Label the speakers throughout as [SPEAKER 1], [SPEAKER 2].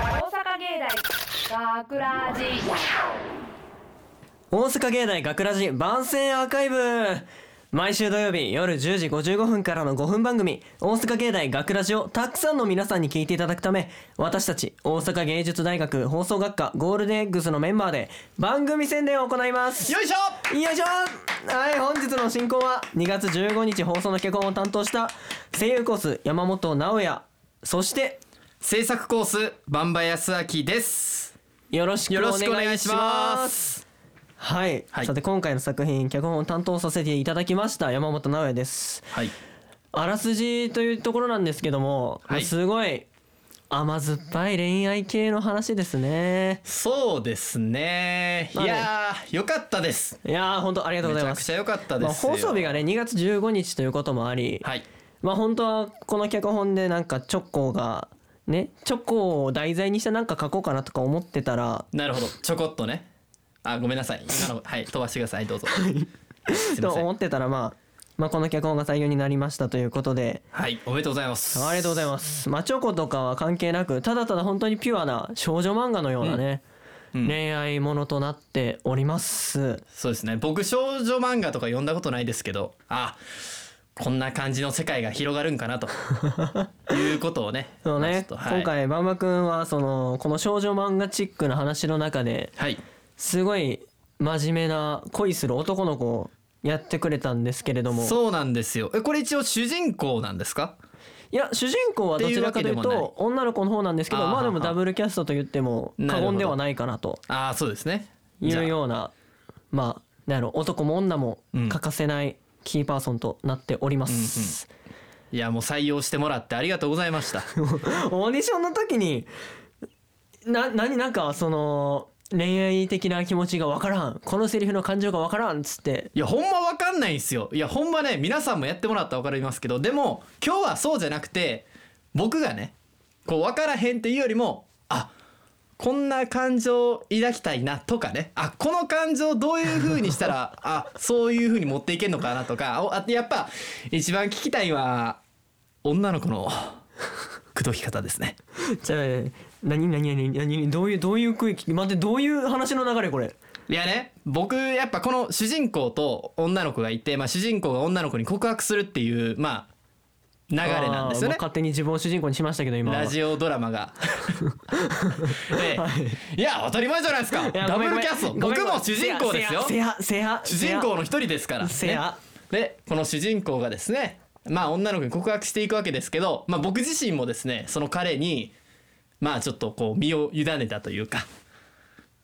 [SPEAKER 1] 芸大学ラジ
[SPEAKER 2] 大阪芸大学ラジ番宣アーカイブ毎週土曜日夜10時55分からの5分番組「大阪芸大学ラジをたくさんの皆さんに聞いていただくため私たち大阪芸術大学放送学科ゴールデンエッグスのメンバーで番組宣伝を行いますよ
[SPEAKER 3] よいしょ
[SPEAKER 2] いしょはい本日の進行は2月15日放送の脚本を担当した声優コース山本直也そして
[SPEAKER 3] 制作コースバンバ康明です
[SPEAKER 2] よろしく
[SPEAKER 3] よろしく
[SPEAKER 2] お
[SPEAKER 3] お
[SPEAKER 2] 願
[SPEAKER 3] 願
[SPEAKER 2] い
[SPEAKER 3] い
[SPEAKER 2] し
[SPEAKER 3] し
[SPEAKER 2] ま
[SPEAKER 3] ますす
[SPEAKER 2] はい、
[SPEAKER 3] はい
[SPEAKER 2] さて今回の作品脚本を担当させていただきました山本直哉です
[SPEAKER 3] はい
[SPEAKER 2] あらすじというところなんですけども、
[SPEAKER 3] はい
[SPEAKER 2] すごい甘酸っぱい恋愛系の話ですね
[SPEAKER 3] そうですねい
[SPEAKER 2] まあね
[SPEAKER 3] やーよかったです
[SPEAKER 2] いやー本当ありがとうござ
[SPEAKER 3] めち
[SPEAKER 2] い
[SPEAKER 3] ゃ
[SPEAKER 2] ま
[SPEAKER 3] く
[SPEAKER 2] す
[SPEAKER 3] ちゃ良かったですよ、
[SPEAKER 2] まあ、放送日がね2月15日ということもあり、
[SPEAKER 3] はい
[SPEAKER 2] まあ本当はこの脚本でなんかチョコがねチョコを題材にしてなんか書こうかなとか思ってたら
[SPEAKER 3] なるほどちょこっとねあごめんなさ いなるほどはい飛ばしてくださいどうぞすい
[SPEAKER 2] と
[SPEAKER 3] ませ
[SPEAKER 2] 思
[SPEAKER 3] ん
[SPEAKER 2] ってたらまあまあこの脚本が採用になりましたということで
[SPEAKER 3] はいおめでとうございます
[SPEAKER 2] ありがとうございます。まあ、チョコとかは関係なく、ただただ本当にピュアな少女漫画のようなね、
[SPEAKER 3] うん
[SPEAKER 2] 恋愛ものとなっております。
[SPEAKER 3] そうですね僕少女漫画とか読んだことないですけどあこんな感じの世界が広がるんか なということをね
[SPEAKER 2] そう
[SPEAKER 3] まあちょ
[SPEAKER 2] ね
[SPEAKER 3] っ、とはい、
[SPEAKER 2] 今回、ばんばくんは、その、この少女漫画チックな話の中で、
[SPEAKER 3] はい
[SPEAKER 2] すごい真面目な恋する男の子をやってくれたんですけれども、
[SPEAKER 3] そうなんですよえこれ一応主人公なんですか
[SPEAKER 2] いや、主人公はどちらかという
[SPEAKER 3] っていうわけで
[SPEAKER 2] と、女の子の方なんですけど、
[SPEAKER 3] あー
[SPEAKER 2] まあで
[SPEAKER 3] は
[SPEAKER 2] も
[SPEAKER 3] は
[SPEAKER 2] ダブルキャストと言っても過言ではないかなと
[SPEAKER 3] ああそうですね
[SPEAKER 2] い
[SPEAKER 3] じゃあ
[SPEAKER 2] うようなまあなんやろ男も女も
[SPEAKER 3] うん
[SPEAKER 2] 欠かせないキーパーソンとなっております、
[SPEAKER 3] いやもう採用してもらってありがとうございました
[SPEAKER 2] オーディションの時にな何なんかその恋愛的な気持ちが分からんこのセリフの感情が分からんっつって
[SPEAKER 3] いやほんまわかんないんすよいやほんまね皆さんもやってもらったらわかりますけどでも今日はそうじゃなくて僕がねこうわからへんっていうよりもあこんな感情を抱きたいなとかねあこの感情をどういう風にしたら あそういう風に持っていけるのかなとかおあやっぱ一番聞きたいは女の子の口説き方ですね
[SPEAKER 2] じゃあ何何何何どういうどういう区域待ってどういう話の流れこれ
[SPEAKER 3] いやね僕やっぱこの主人公と女の子がいて、まあ、主人公が女の子に告白するっていうまあ流れなんです
[SPEAKER 2] あ
[SPEAKER 3] よ
[SPEAKER 2] ーもう
[SPEAKER 3] ね
[SPEAKER 2] 勝手に自分を主人公にしましたけど 今は
[SPEAKER 3] ラジオドラマが、 でい、や当たり前じゃないですか
[SPEAKER 2] いや
[SPEAKER 3] ダ
[SPEAKER 2] ごめんご
[SPEAKER 3] ブル
[SPEAKER 2] めん
[SPEAKER 3] キャスト
[SPEAKER 2] ごめん
[SPEAKER 3] 僕
[SPEAKER 2] ごめ
[SPEAKER 3] も
[SPEAKER 2] ん
[SPEAKER 3] 主人公ですよ
[SPEAKER 2] せやせや
[SPEAKER 3] 主
[SPEAKER 2] せや
[SPEAKER 3] 人公の一人ですから、
[SPEAKER 2] せや
[SPEAKER 3] ねでこの主人公がですねまあ女の子に告白していくわけですけど、まあ、僕自身もですねその彼にまあちょっとこう身を委ねたというか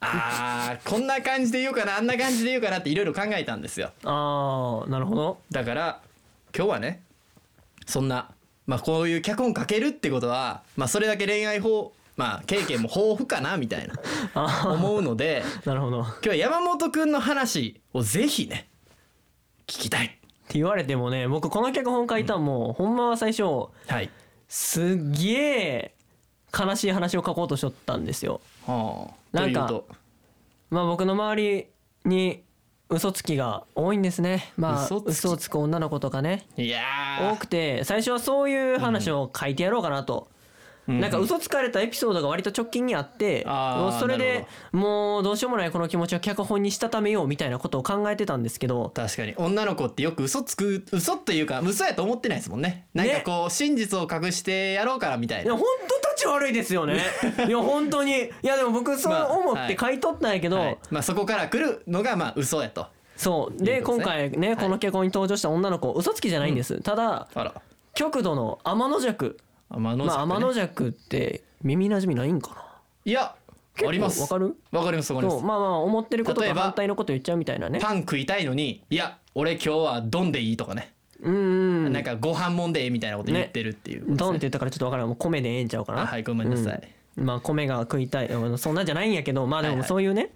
[SPEAKER 3] あーこんな感じで言うかなあんな感じで言うかなっていろいろ考えたんですよ
[SPEAKER 2] ああなるほど
[SPEAKER 3] だから今日はねそんな、まあ、こういう脚本書けるってことは、まあ、それだけ恋愛法、まあ、経験も豊富かなみたいな
[SPEAKER 2] あ
[SPEAKER 3] 思う ので
[SPEAKER 2] ーなるほど
[SPEAKER 3] 今日は山本くんの話をぜひね聞きたい。
[SPEAKER 2] って言われてもね僕この脚本書いたんも、ほんまは最初
[SPEAKER 3] はい
[SPEAKER 2] すっげえ悲しい話を書こうとしとったんですよ。
[SPEAKER 3] はあ、
[SPEAKER 2] なんか
[SPEAKER 3] というと
[SPEAKER 2] まあ僕の周りに嘘つきが多いんですね。まあ
[SPEAKER 3] 嘘つき
[SPEAKER 2] 嘘をつく女の子とかね
[SPEAKER 3] いやー
[SPEAKER 2] 多くて最初はそういう話を書いてやろうかなと。
[SPEAKER 3] うん
[SPEAKER 2] なんか嘘つかれたエピソードが割と直近にあって
[SPEAKER 3] あー
[SPEAKER 2] もうそれ
[SPEAKER 3] な
[SPEAKER 2] で
[SPEAKER 3] る
[SPEAKER 2] もうどうしようもないこの気持ちを脚本にしたためようみたいなことを考えてたんですけど
[SPEAKER 3] 確かに女の子ってよく嘘つく嘘っていうか嘘やと思ってないですもんねなんかこう真実を隠してやろうからみたい
[SPEAKER 2] いや
[SPEAKER 3] な、
[SPEAKER 2] 本当立ち悪いですよ ねいや本当にいやでも僕そう思って書いとったんやけど、
[SPEAKER 3] はいまあ、そこから来るのがまあ嘘やと
[SPEAKER 2] そう
[SPEAKER 3] い
[SPEAKER 2] で
[SPEAKER 3] うこと
[SPEAKER 2] 今
[SPEAKER 3] ですね
[SPEAKER 2] 回ね
[SPEAKER 3] はい
[SPEAKER 2] この結婚に登場した女の子嘘つきじゃないんですただ
[SPEAKER 3] あら
[SPEAKER 2] 極度の天の弱
[SPEAKER 3] 天の
[SPEAKER 2] まあ
[SPEAKER 3] 弱ね
[SPEAKER 2] 天の弱って耳なじみないんかない
[SPEAKER 3] や
[SPEAKER 2] 結構
[SPEAKER 3] あります
[SPEAKER 2] わかる
[SPEAKER 3] わかりますわかりま
[SPEAKER 2] そう
[SPEAKER 3] す
[SPEAKER 2] まあまあ思ってること
[SPEAKER 3] 例
[SPEAKER 2] と
[SPEAKER 3] えば
[SPEAKER 2] 反対のこと言っちゃうみたいなね
[SPEAKER 3] パン食いたいのにいや俺今日はドンでいいとかね、
[SPEAKER 2] うんうん
[SPEAKER 3] なんかご飯もんでみたいなこと言ってるっていうことですね、
[SPEAKER 2] ドンって言ったからちょっとわからんもう米でええんちゃうかな
[SPEAKER 3] あはいごめんなさい、
[SPEAKER 2] うんまあ米が食いたいあのそんなんじゃないんやけどまあで
[SPEAKER 3] はい
[SPEAKER 2] も
[SPEAKER 3] はい
[SPEAKER 2] そういうね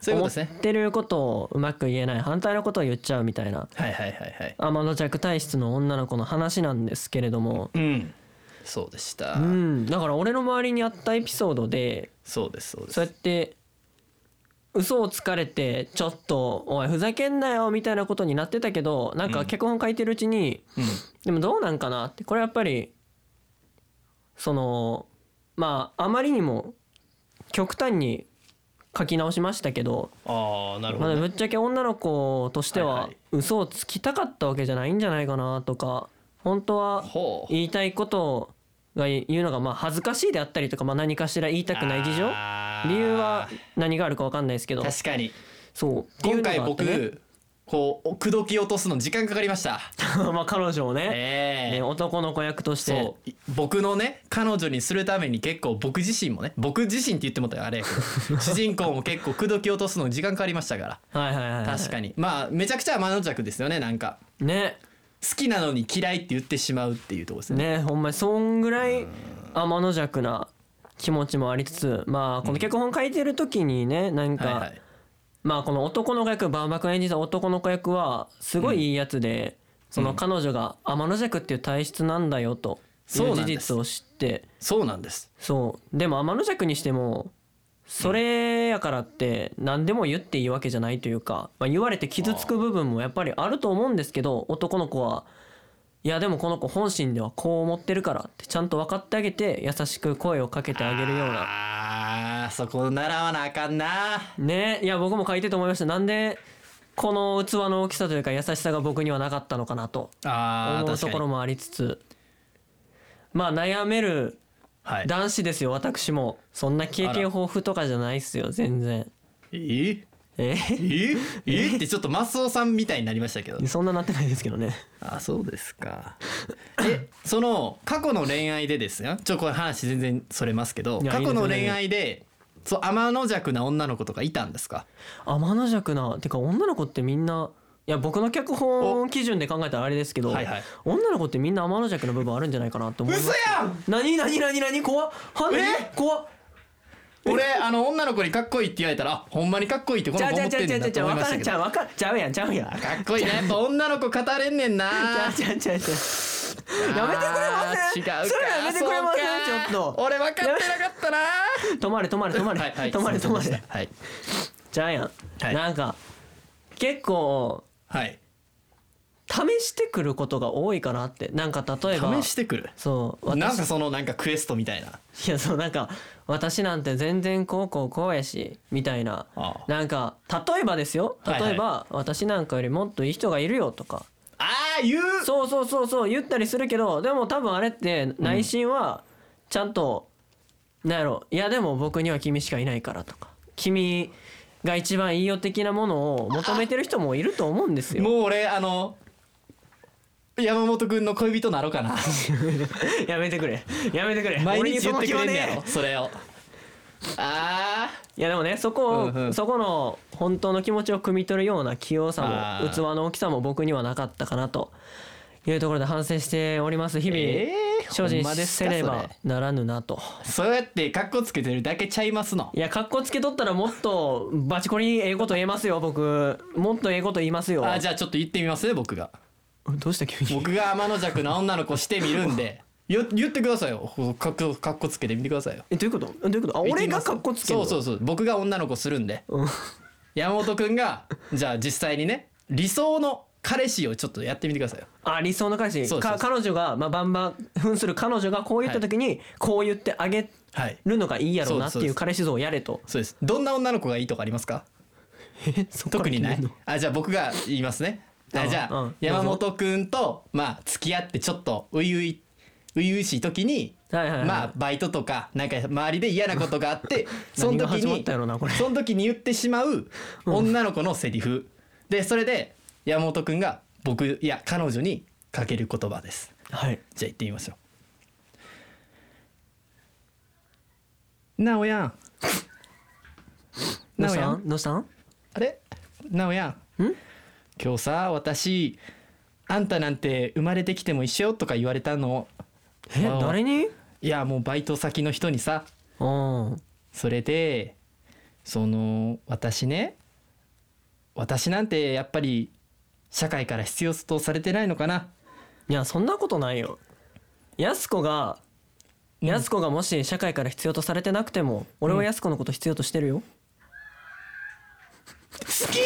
[SPEAKER 3] そういうことですね
[SPEAKER 2] 思ってることをうまく言えない反対のことを言っちゃうみたいな
[SPEAKER 3] はいはいはいはい
[SPEAKER 2] 天の弱体質の女の子の話なんですけれども
[SPEAKER 3] うんそうでした、
[SPEAKER 2] うんだから俺の周りにあったエピソードで
[SPEAKER 3] そうですそうで
[SPEAKER 2] そうや
[SPEAKER 3] す
[SPEAKER 2] って嘘をつかれてちょっとおいふざけんなよみたいなことになってたけどなん
[SPEAKER 3] う
[SPEAKER 2] か
[SPEAKER 3] ん
[SPEAKER 2] 脚本書いてるうちに、
[SPEAKER 3] うん
[SPEAKER 2] でもどうなんかなってこれやっぱりそのまああまりにも極端に書き直しましたけど、
[SPEAKER 3] ああなるほ
[SPEAKER 2] まあ、
[SPEAKER 3] ど、ね
[SPEAKER 2] ぶっちゃけ女の子として
[SPEAKER 3] はい
[SPEAKER 2] は
[SPEAKER 3] はい
[SPEAKER 2] 嘘をつきたかったわけじゃないんじゃないかなとか本当は
[SPEAKER 3] ほう
[SPEAKER 2] 言いたいことが言うのがまあ恥ずかしいであったりとか、まあ、何かしら言いたくない事情
[SPEAKER 3] あー
[SPEAKER 2] 理由は何があるか分かんないですけど
[SPEAKER 3] 確かに
[SPEAKER 2] そうっていう
[SPEAKER 3] 今
[SPEAKER 2] のが
[SPEAKER 3] 回
[SPEAKER 2] あって
[SPEAKER 3] 僕、
[SPEAKER 2] ね
[SPEAKER 3] こう口説き落とすの時間かかりました
[SPEAKER 2] まあ彼女をね,、
[SPEAKER 3] ええ
[SPEAKER 2] ね男の子役として
[SPEAKER 3] そうい僕のね彼女にするために結構僕自身もね僕自身って言ってもらったらあれやけ ど主人公も結構口説き落とすのに時間かかりましたから
[SPEAKER 2] はいはいはいはい
[SPEAKER 3] 確かにまあめちゃくちゃ天の弱ですよねなんか
[SPEAKER 2] ね
[SPEAKER 3] 好きなのに嫌いって言ってしまうっていうところですね
[SPEAKER 2] ねほんまにそんぐらい天の弱な気持ちもありつつまあこの脚本書いてる時にねなん
[SPEAKER 3] はい
[SPEAKER 2] か、
[SPEAKER 3] はい
[SPEAKER 2] まあこの男の子役バンバク演じた男の子役はすごいいいやつで、その彼女が天の弱っていう体質なんだよとい
[SPEAKER 3] そう
[SPEAKER 2] う
[SPEAKER 3] なん
[SPEAKER 2] 事
[SPEAKER 3] です
[SPEAKER 2] 実を知って
[SPEAKER 3] そうなんです
[SPEAKER 2] そうでも天の弱にしてもそれやからって何でも言っていいわけじゃないというか、まあ、言われて傷つく部分もやっぱりあると思うんですけど男の子はいやでもこの子本心ではこう思ってるからってちゃんと分かってあげて優しく声をかけてあげるような
[SPEAKER 3] あーそこ習わなあかんな
[SPEAKER 2] ねいや僕も書いてて思いましたなんでこの器の大きさというか優しさが僕にはなかったのかなと
[SPEAKER 3] あ
[SPEAKER 2] 思うところもありつつまあ悩める
[SPEAKER 3] はい
[SPEAKER 2] 男子ですよ私もそんな経験豊富とかじゃないっすよ全然
[SPEAKER 3] え
[SPEAKER 2] え
[SPEAKER 3] ええってちょっとマスオさんみたいになりましたけど
[SPEAKER 2] そんななってないですけどね
[SPEAKER 3] あそうですかえその過去の恋愛でですよちょこれ話全然それますけど
[SPEAKER 2] いや
[SPEAKER 3] 過去の
[SPEAKER 2] いいです
[SPEAKER 3] 恋
[SPEAKER 2] よ
[SPEAKER 3] 愛でそう天の弱な女の子とかいたんですか
[SPEAKER 2] 天の弱なてか女の子ってみんないや僕の脚本基準で考えたらあれですけど、
[SPEAKER 3] はいはい
[SPEAKER 2] 女の子ってみんな天の弱な部分あるんじゃないかなと思います
[SPEAKER 3] やん
[SPEAKER 2] 何何何何怖っは
[SPEAKER 3] え
[SPEAKER 2] 怖っ
[SPEAKER 3] 俺あの女の子にかっこいいって言われたらあほんまにかっこいいってこ
[SPEAKER 2] ち
[SPEAKER 3] の
[SPEAKER 2] ゃう
[SPEAKER 3] 子
[SPEAKER 2] ちゃうちゃ
[SPEAKER 3] 思って
[SPEAKER 2] うんち
[SPEAKER 3] ね
[SPEAKER 2] ゃ
[SPEAKER 3] ん
[SPEAKER 2] う
[SPEAKER 3] な
[SPEAKER 2] ち
[SPEAKER 3] と
[SPEAKER 2] ゃう
[SPEAKER 3] 思
[SPEAKER 2] 分かるち
[SPEAKER 3] いましたけど
[SPEAKER 2] ゃう
[SPEAKER 3] か
[SPEAKER 2] 分かるちゃうやんちゃうやんち
[SPEAKER 3] っこいいなやっぱ女の子語れんねんな
[SPEAKER 2] ゃうちゃうちゃうちゃう やめてくれません
[SPEAKER 3] あー違うか
[SPEAKER 2] それやめてくれません
[SPEAKER 3] そうか
[SPEAKER 2] ちょっと
[SPEAKER 3] 俺分かってなかったな
[SPEAKER 2] 止まれ止まれ止まれ、止まれ止まれ
[SPEAKER 3] はい
[SPEAKER 2] ちゃうやん、
[SPEAKER 3] はい
[SPEAKER 2] なんか結構
[SPEAKER 3] はい
[SPEAKER 2] 試してくることが多いかなってなんか例えば
[SPEAKER 3] 試してくる
[SPEAKER 2] そう
[SPEAKER 3] なん
[SPEAKER 2] 私
[SPEAKER 3] かそのなんかクエストみたいない
[SPEAKER 2] やそうなんか私なんて全然こうこうこうやしみたいな
[SPEAKER 3] ああ
[SPEAKER 2] なんか例えばですよ
[SPEAKER 3] はいはい
[SPEAKER 2] 例えば、私なんかよりもっといい人がいるよとか
[SPEAKER 3] ああ言う
[SPEAKER 2] そうそうそうそう言ったりするけどでも多分あれって内心はちゃんと、なんやろいやでも僕には君しかいないからとか君が一番いいよ的なものを求めてる人もいると思うんですよ。
[SPEAKER 3] もう俺あの山本君の恋人なろう かな
[SPEAKER 2] やめてくれやめてくれ
[SPEAKER 3] 毎
[SPEAKER 2] 俺に
[SPEAKER 3] 日
[SPEAKER 2] そ
[SPEAKER 3] 言
[SPEAKER 2] の
[SPEAKER 3] って
[SPEAKER 2] 気
[SPEAKER 3] く
[SPEAKER 2] は
[SPEAKER 3] れんね
[SPEAKER 2] ね
[SPEAKER 3] や
[SPEAKER 2] え
[SPEAKER 3] ろそれをあ
[SPEAKER 2] いやでもねそこを、
[SPEAKER 3] うんうん
[SPEAKER 2] そこの本当の気持ちを汲み取るような器用さ
[SPEAKER 3] あー
[SPEAKER 2] も器の大きさも僕にはなかったかなというところで反省しております日々、
[SPEAKER 3] えー
[SPEAKER 2] 精進
[SPEAKER 3] ほんまです
[SPEAKER 2] せ
[SPEAKER 3] か
[SPEAKER 2] ね
[SPEAKER 3] そ
[SPEAKER 2] ば
[SPEAKER 3] れ
[SPEAKER 2] ならぬなと。
[SPEAKER 3] あそうやってカッコつけてるだけちゃいますの
[SPEAKER 2] いや、格好つけとったらもっとバチコリええこと言えますよ、僕。もっとええこと言いますよ。
[SPEAKER 3] あじゃあちょっと言ってみますね僕が
[SPEAKER 2] どうした急に。
[SPEAKER 3] 僕が天の弱な女の子してみるんで よ言ってくださいよカッコカッコつけてみてくださいよ
[SPEAKER 2] え、どういうことどういうことあ、俺が格好つける
[SPEAKER 3] そ
[SPEAKER 2] の
[SPEAKER 3] うそうそう僕が女の子するんで
[SPEAKER 2] うん。
[SPEAKER 3] 山本君がじゃあ実際にね理想の彼氏をちょっとやってみてくださいよ
[SPEAKER 2] あ、理想の彼氏。
[SPEAKER 3] そうそうそ
[SPEAKER 2] か
[SPEAKER 3] う
[SPEAKER 2] 彼女が、まあ、バンバン、扮する彼女がこう言った時に、こう言ってあげ
[SPEAKER 3] はい
[SPEAKER 2] るのがいいやろうなって
[SPEAKER 3] そう
[SPEAKER 2] い
[SPEAKER 3] で
[SPEAKER 2] う
[SPEAKER 3] す
[SPEAKER 2] 彼氏像をやれと。
[SPEAKER 3] そうですどんな女の子がいいとかありますか
[SPEAKER 2] え、そっから
[SPEAKER 3] 特にない
[SPEAKER 2] 決めんの
[SPEAKER 3] あじゃあ僕が言いますねあ
[SPEAKER 2] うん
[SPEAKER 3] じゃあ、
[SPEAKER 2] うん
[SPEAKER 3] 山本君とまあ付き合ってちょっと初々初々しい時に、
[SPEAKER 2] はいはいはい
[SPEAKER 3] まあバイトとかなんか周りで嫌なことがあってその
[SPEAKER 2] 何が
[SPEAKER 3] 時
[SPEAKER 2] 始まっ
[SPEAKER 3] に
[SPEAKER 2] たやろなこれ
[SPEAKER 3] その時に言ってしまう女の子のセリフ、でそれで山本君が僕いや彼女にかける言葉です
[SPEAKER 2] はい。
[SPEAKER 3] じゃあ行ってみましょうなおやん
[SPEAKER 2] どう
[SPEAKER 3] なお
[SPEAKER 2] し
[SPEAKER 3] や
[SPEAKER 2] た
[SPEAKER 3] ん
[SPEAKER 2] んどうしたん
[SPEAKER 3] あれなおやん
[SPEAKER 2] ん
[SPEAKER 3] 今日さ私あんたなんて生まれてきても一緒よとか言われたの
[SPEAKER 2] え、
[SPEAKER 3] あ
[SPEAKER 2] 誰に
[SPEAKER 3] いやもうバイト先の人にさ
[SPEAKER 2] うん。
[SPEAKER 3] それでその私ね私なんてやっぱり社会から必要とされてないのかない
[SPEAKER 2] や、そんなことないよ。やす子が、やす子がもし社会から必要とされてなくても、俺はやす子のこと必要としてるよ。
[SPEAKER 3] 好き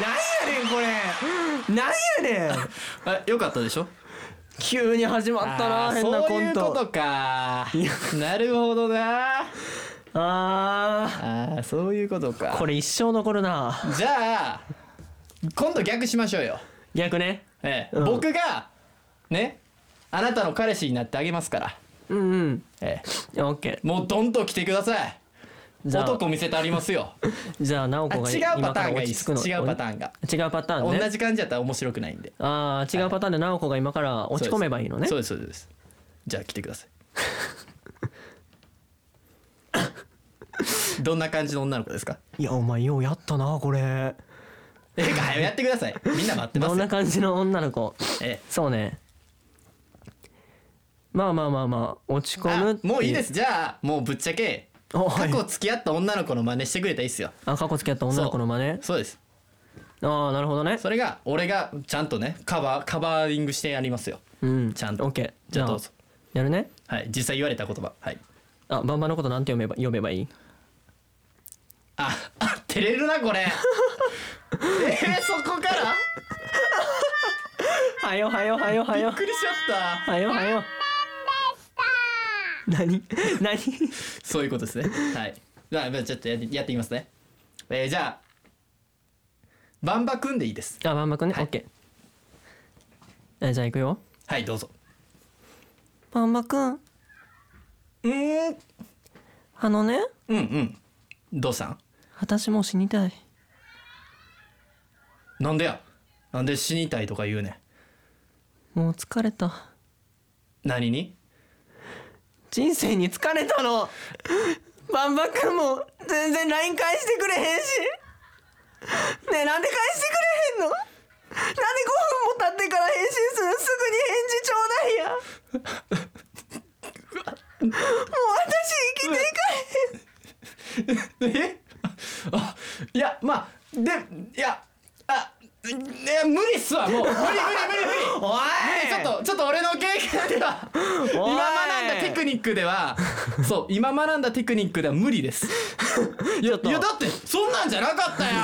[SPEAKER 2] なんやねんこれなんやねん
[SPEAKER 3] あよかったでしょ
[SPEAKER 2] 急に始まったな
[SPEAKER 3] あー
[SPEAKER 2] 変なコン
[SPEAKER 3] そういうこ
[SPEAKER 2] ト
[SPEAKER 3] とかなるほどなあ
[SPEAKER 2] あ
[SPEAKER 3] ーそういうこと
[SPEAKER 2] ー
[SPEAKER 3] か
[SPEAKER 2] これ一生残るな
[SPEAKER 3] じゃあ今度逆しましょうよ、
[SPEAKER 2] 逆ね
[SPEAKER 3] ええ
[SPEAKER 2] うん
[SPEAKER 3] 僕がねあなたの彼氏になってあげますから、
[SPEAKER 2] うんうん
[SPEAKER 3] ええ
[SPEAKER 2] オッケ
[SPEAKER 3] もうどんと来てください
[SPEAKER 2] じゃあ
[SPEAKER 3] 男見せてありますよ
[SPEAKER 2] ーじゃあ直
[SPEAKER 3] あ
[SPEAKER 2] 子が
[SPEAKER 3] 違うパターンがいいです
[SPEAKER 2] 今から落ち着く
[SPEAKER 3] 違
[SPEAKER 2] の
[SPEAKER 3] うパターンが
[SPEAKER 2] 違うパターンね
[SPEAKER 3] 同じ感じやったら面白くないんで
[SPEAKER 2] ああ違うパターンで直子が今から落ち込めばいいのね
[SPEAKER 3] そうですそうですじゃあ来てく ださいどんな感じの女の子ですか
[SPEAKER 2] いやお前ようやったなこれ
[SPEAKER 3] ええか早くやってくださいみんな待ってま
[SPEAKER 2] ど
[SPEAKER 3] すよ
[SPEAKER 2] んな感じの女の子
[SPEAKER 3] え
[SPEAKER 2] そうねまあまあまあまあ落ち
[SPEAKER 3] え
[SPEAKER 2] 込むって
[SPEAKER 3] あもういいですじゃあもうぶっちゃけ
[SPEAKER 2] おは
[SPEAKER 3] 過
[SPEAKER 2] い
[SPEAKER 3] 去付き合った女の子の真似してくれたらいいっすよ
[SPEAKER 2] あ過去付き合った女の子の真似
[SPEAKER 3] そうです
[SPEAKER 2] ああなるほどね
[SPEAKER 3] それが俺がちゃんとねカバーカバーリングしてやりますよ
[SPEAKER 2] うん
[SPEAKER 3] ちゃんと
[SPEAKER 2] オッケー
[SPEAKER 3] じゃあどうぞ
[SPEAKER 2] やるね
[SPEAKER 3] はい実際言われた言葉はい
[SPEAKER 2] あバンバンのことなんて読めば読めばいい
[SPEAKER 3] ああ照れるな これえー、そこから
[SPEAKER 2] はよはよはよは
[SPEAKER 3] びっ
[SPEAKER 2] よ
[SPEAKER 3] くりしちゃった
[SPEAKER 2] はよはよ何何
[SPEAKER 3] そういうことですねはいじゃあちょっとやってやってみますねえー、じゃあバンバ組んでいいです
[SPEAKER 2] あバンバンくんねオッケーえじゃあ行くよ
[SPEAKER 3] はいどうぞ
[SPEAKER 2] バンバンくん
[SPEAKER 3] うーん
[SPEAKER 2] あのね
[SPEAKER 3] うんうんどうしたん
[SPEAKER 2] 私もう死にたい
[SPEAKER 3] なんでやなんで死にたいとか言うねん
[SPEAKER 2] もう疲れた
[SPEAKER 3] 何に
[SPEAKER 2] 人生に疲れたのバンバくんも全然 LINE 返してくれへんしねえなんで返してくれへんのなんで5分も経ってから返信するすぐに返事ちょうだいやもう私生きていかれへん
[SPEAKER 3] え あいやまあでいやあいや無理っす わもう無理無理無理無理
[SPEAKER 2] お
[SPEAKER 3] ちょっとちょっと俺の経験では 今
[SPEAKER 2] おい
[SPEAKER 3] 学んだテクニックではそう今学んだテクニックでは無理ですい
[SPEAKER 2] ち
[SPEAKER 3] や
[SPEAKER 2] ょっと
[SPEAKER 3] いやだってそんなんじゃなかっ たやん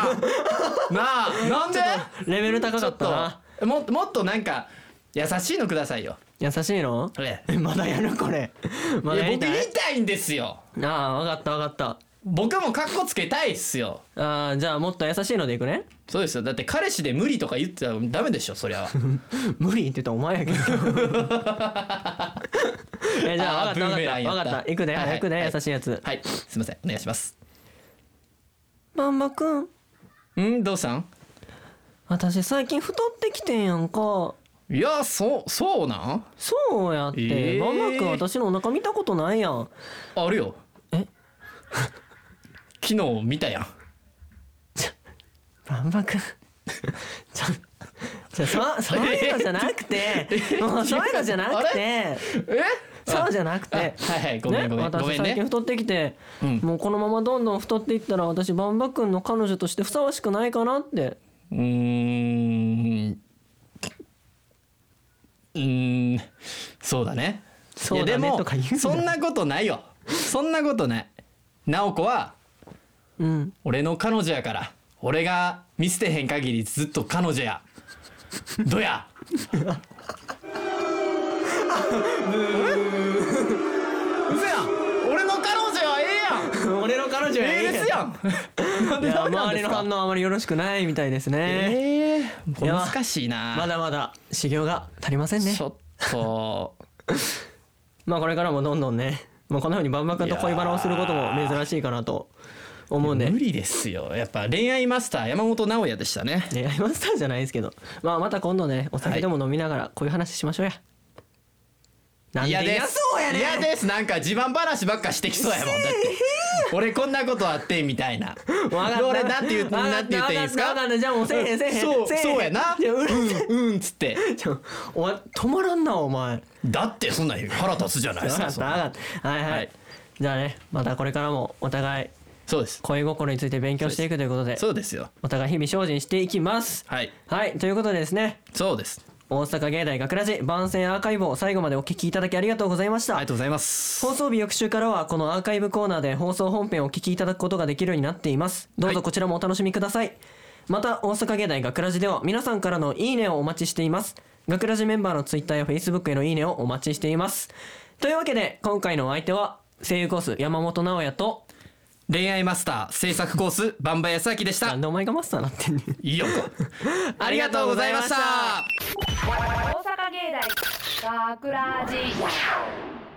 [SPEAKER 3] なあなんで
[SPEAKER 2] とレベル高かったな
[SPEAKER 3] ちょっともっともっとなんか優しいのくださいよ
[SPEAKER 2] 優しいの
[SPEAKER 3] え
[SPEAKER 2] えまだやるこれま
[SPEAKER 3] い
[SPEAKER 2] だ
[SPEAKER 3] や
[SPEAKER 2] やり
[SPEAKER 3] 僕
[SPEAKER 2] た
[SPEAKER 3] 言
[SPEAKER 2] い
[SPEAKER 3] いたいんですよ
[SPEAKER 2] ああわかったわかった
[SPEAKER 3] 僕もカッコつけたいっすよ
[SPEAKER 2] ああじゃあもっと優しいのでいくね
[SPEAKER 3] そうですよだって彼氏で無理とか言ってたらダメでしょ そりゃ
[SPEAKER 2] 無理って言ったらお前 やけど。えじゃあ分か
[SPEAKER 3] あーブーメ
[SPEAKER 2] っ
[SPEAKER 3] ラ
[SPEAKER 2] た
[SPEAKER 3] ンや
[SPEAKER 2] 分かった
[SPEAKER 3] った
[SPEAKER 2] 分かった。いくね
[SPEAKER 3] はいはい
[SPEAKER 2] 早く
[SPEAKER 3] は
[SPEAKER 2] ね
[SPEAKER 3] い
[SPEAKER 2] 優しいやつ。
[SPEAKER 3] はいすいませんお願いします
[SPEAKER 2] バンバくん、
[SPEAKER 3] んどうさん
[SPEAKER 2] 私最近太ってきてんやんか。
[SPEAKER 3] いやそうそうなん
[SPEAKER 2] そうやって、
[SPEAKER 3] えー
[SPEAKER 2] バンバくん私のお腹見たことないやん。
[SPEAKER 3] あるよ
[SPEAKER 2] え
[SPEAKER 3] 昨日見たやん
[SPEAKER 2] バンバくん。 ちょちょそそういうのじゃなく て、もうそういうのじゃなくて、
[SPEAKER 3] え
[SPEAKER 2] そうじゃなく
[SPEAKER 3] あは
[SPEAKER 2] て
[SPEAKER 3] い。はいごめんごめん、
[SPEAKER 2] ね、
[SPEAKER 3] ごめ
[SPEAKER 2] 私
[SPEAKER 3] ん
[SPEAKER 2] 最近
[SPEAKER 3] ね
[SPEAKER 2] 太ってきて、
[SPEAKER 3] うん
[SPEAKER 2] もうこのままどんどん太っていったら私バンバ君の彼女としてふさわしくないかなって
[SPEAKER 3] うーんうーんそうだね
[SPEAKER 2] そう
[SPEAKER 3] いや
[SPEAKER 2] だ
[SPEAKER 3] で
[SPEAKER 2] ね
[SPEAKER 3] も
[SPEAKER 2] とか言うな
[SPEAKER 3] そんなことないよそんなことない直子は
[SPEAKER 2] うん
[SPEAKER 3] 俺の彼女やから俺が見捨てへん限りずっと彼女やどやうせやん俺の彼女は え
[SPEAKER 2] 俺の彼女
[SPEAKER 3] えやんええですやんなん
[SPEAKER 2] い
[SPEAKER 3] で
[SPEAKER 2] や
[SPEAKER 3] ダメなん
[SPEAKER 2] 周
[SPEAKER 3] で
[SPEAKER 2] り
[SPEAKER 3] す
[SPEAKER 2] の
[SPEAKER 3] か
[SPEAKER 2] 反応あまりよろしくないみたいですね、
[SPEAKER 3] ええ
[SPEAKER 2] いや
[SPEAKER 3] 難しいな
[SPEAKER 2] まだまだ修行が足りませんね
[SPEAKER 3] ちょっと
[SPEAKER 2] まあこれからもどんどんねもうこんな風にバンバ君と恋バラをすることも珍しいかなと思うんで
[SPEAKER 3] 無理ですよやっぱ恋愛マスター山本直哉でしたね
[SPEAKER 2] 恋愛マスターじゃないですけどまあまた今度ねお酒でも飲みながらこういう話しましょうや、なんで嫌そうやねん
[SPEAKER 3] 嫌ですなんか自慢話ばっかしてきそうやもんだって俺こんなことあってみたいな
[SPEAKER 2] わかった
[SPEAKER 3] 俺なんて言う
[SPEAKER 2] わかった
[SPEAKER 3] なんて言っていいですか
[SPEAKER 2] わかったわかったじゃあもうせえへんせえへん
[SPEAKER 3] そう
[SPEAKER 2] せえへん
[SPEAKER 3] そうやな
[SPEAKER 2] じゃあうる
[SPEAKER 3] うんうんっつって
[SPEAKER 2] ちょお前止まらんなお前
[SPEAKER 3] だってそんなん言う腹立つじゃないで
[SPEAKER 2] 分
[SPEAKER 3] す
[SPEAKER 2] か
[SPEAKER 3] か
[SPEAKER 2] っ
[SPEAKER 3] そ
[SPEAKER 2] た
[SPEAKER 3] ん
[SPEAKER 2] 分
[SPEAKER 3] な
[SPEAKER 2] かったはいはい、
[SPEAKER 3] はい
[SPEAKER 2] じゃあねまたこれからもお互い
[SPEAKER 3] そうです
[SPEAKER 2] 恋心について勉強していくということで
[SPEAKER 3] そうですよ
[SPEAKER 2] お互い日々精進していきます
[SPEAKER 3] はい
[SPEAKER 2] はいということでですね
[SPEAKER 3] そうです
[SPEAKER 2] 大阪芸大学ラジ番宣アーカイブを最後までお聞きいただきありがとうございまし
[SPEAKER 3] あ
[SPEAKER 2] た
[SPEAKER 3] りがとうございます
[SPEAKER 2] 放送日翌週からはこのアーカイブコーナーで放送本編をお聞きいただくことができるようになっていますどう
[SPEAKER 3] は
[SPEAKER 2] ぞ
[SPEAKER 3] い
[SPEAKER 2] こちらもお楽しみください、また大阪芸大学ラジでは皆さんからのいいねをお待ちしています学ラジメンバーのツイッターやフェイスブックへのいいねをお待ちしていますというわけで今回のお相手は声優コース山本直哉と
[SPEAKER 3] 恋愛マスター制作コースバンバ康明でし
[SPEAKER 2] な
[SPEAKER 3] た
[SPEAKER 2] んでお前がマスターなってんねん
[SPEAKER 3] い いよありがとうございました
[SPEAKER 1] 大阪芸大学ラジ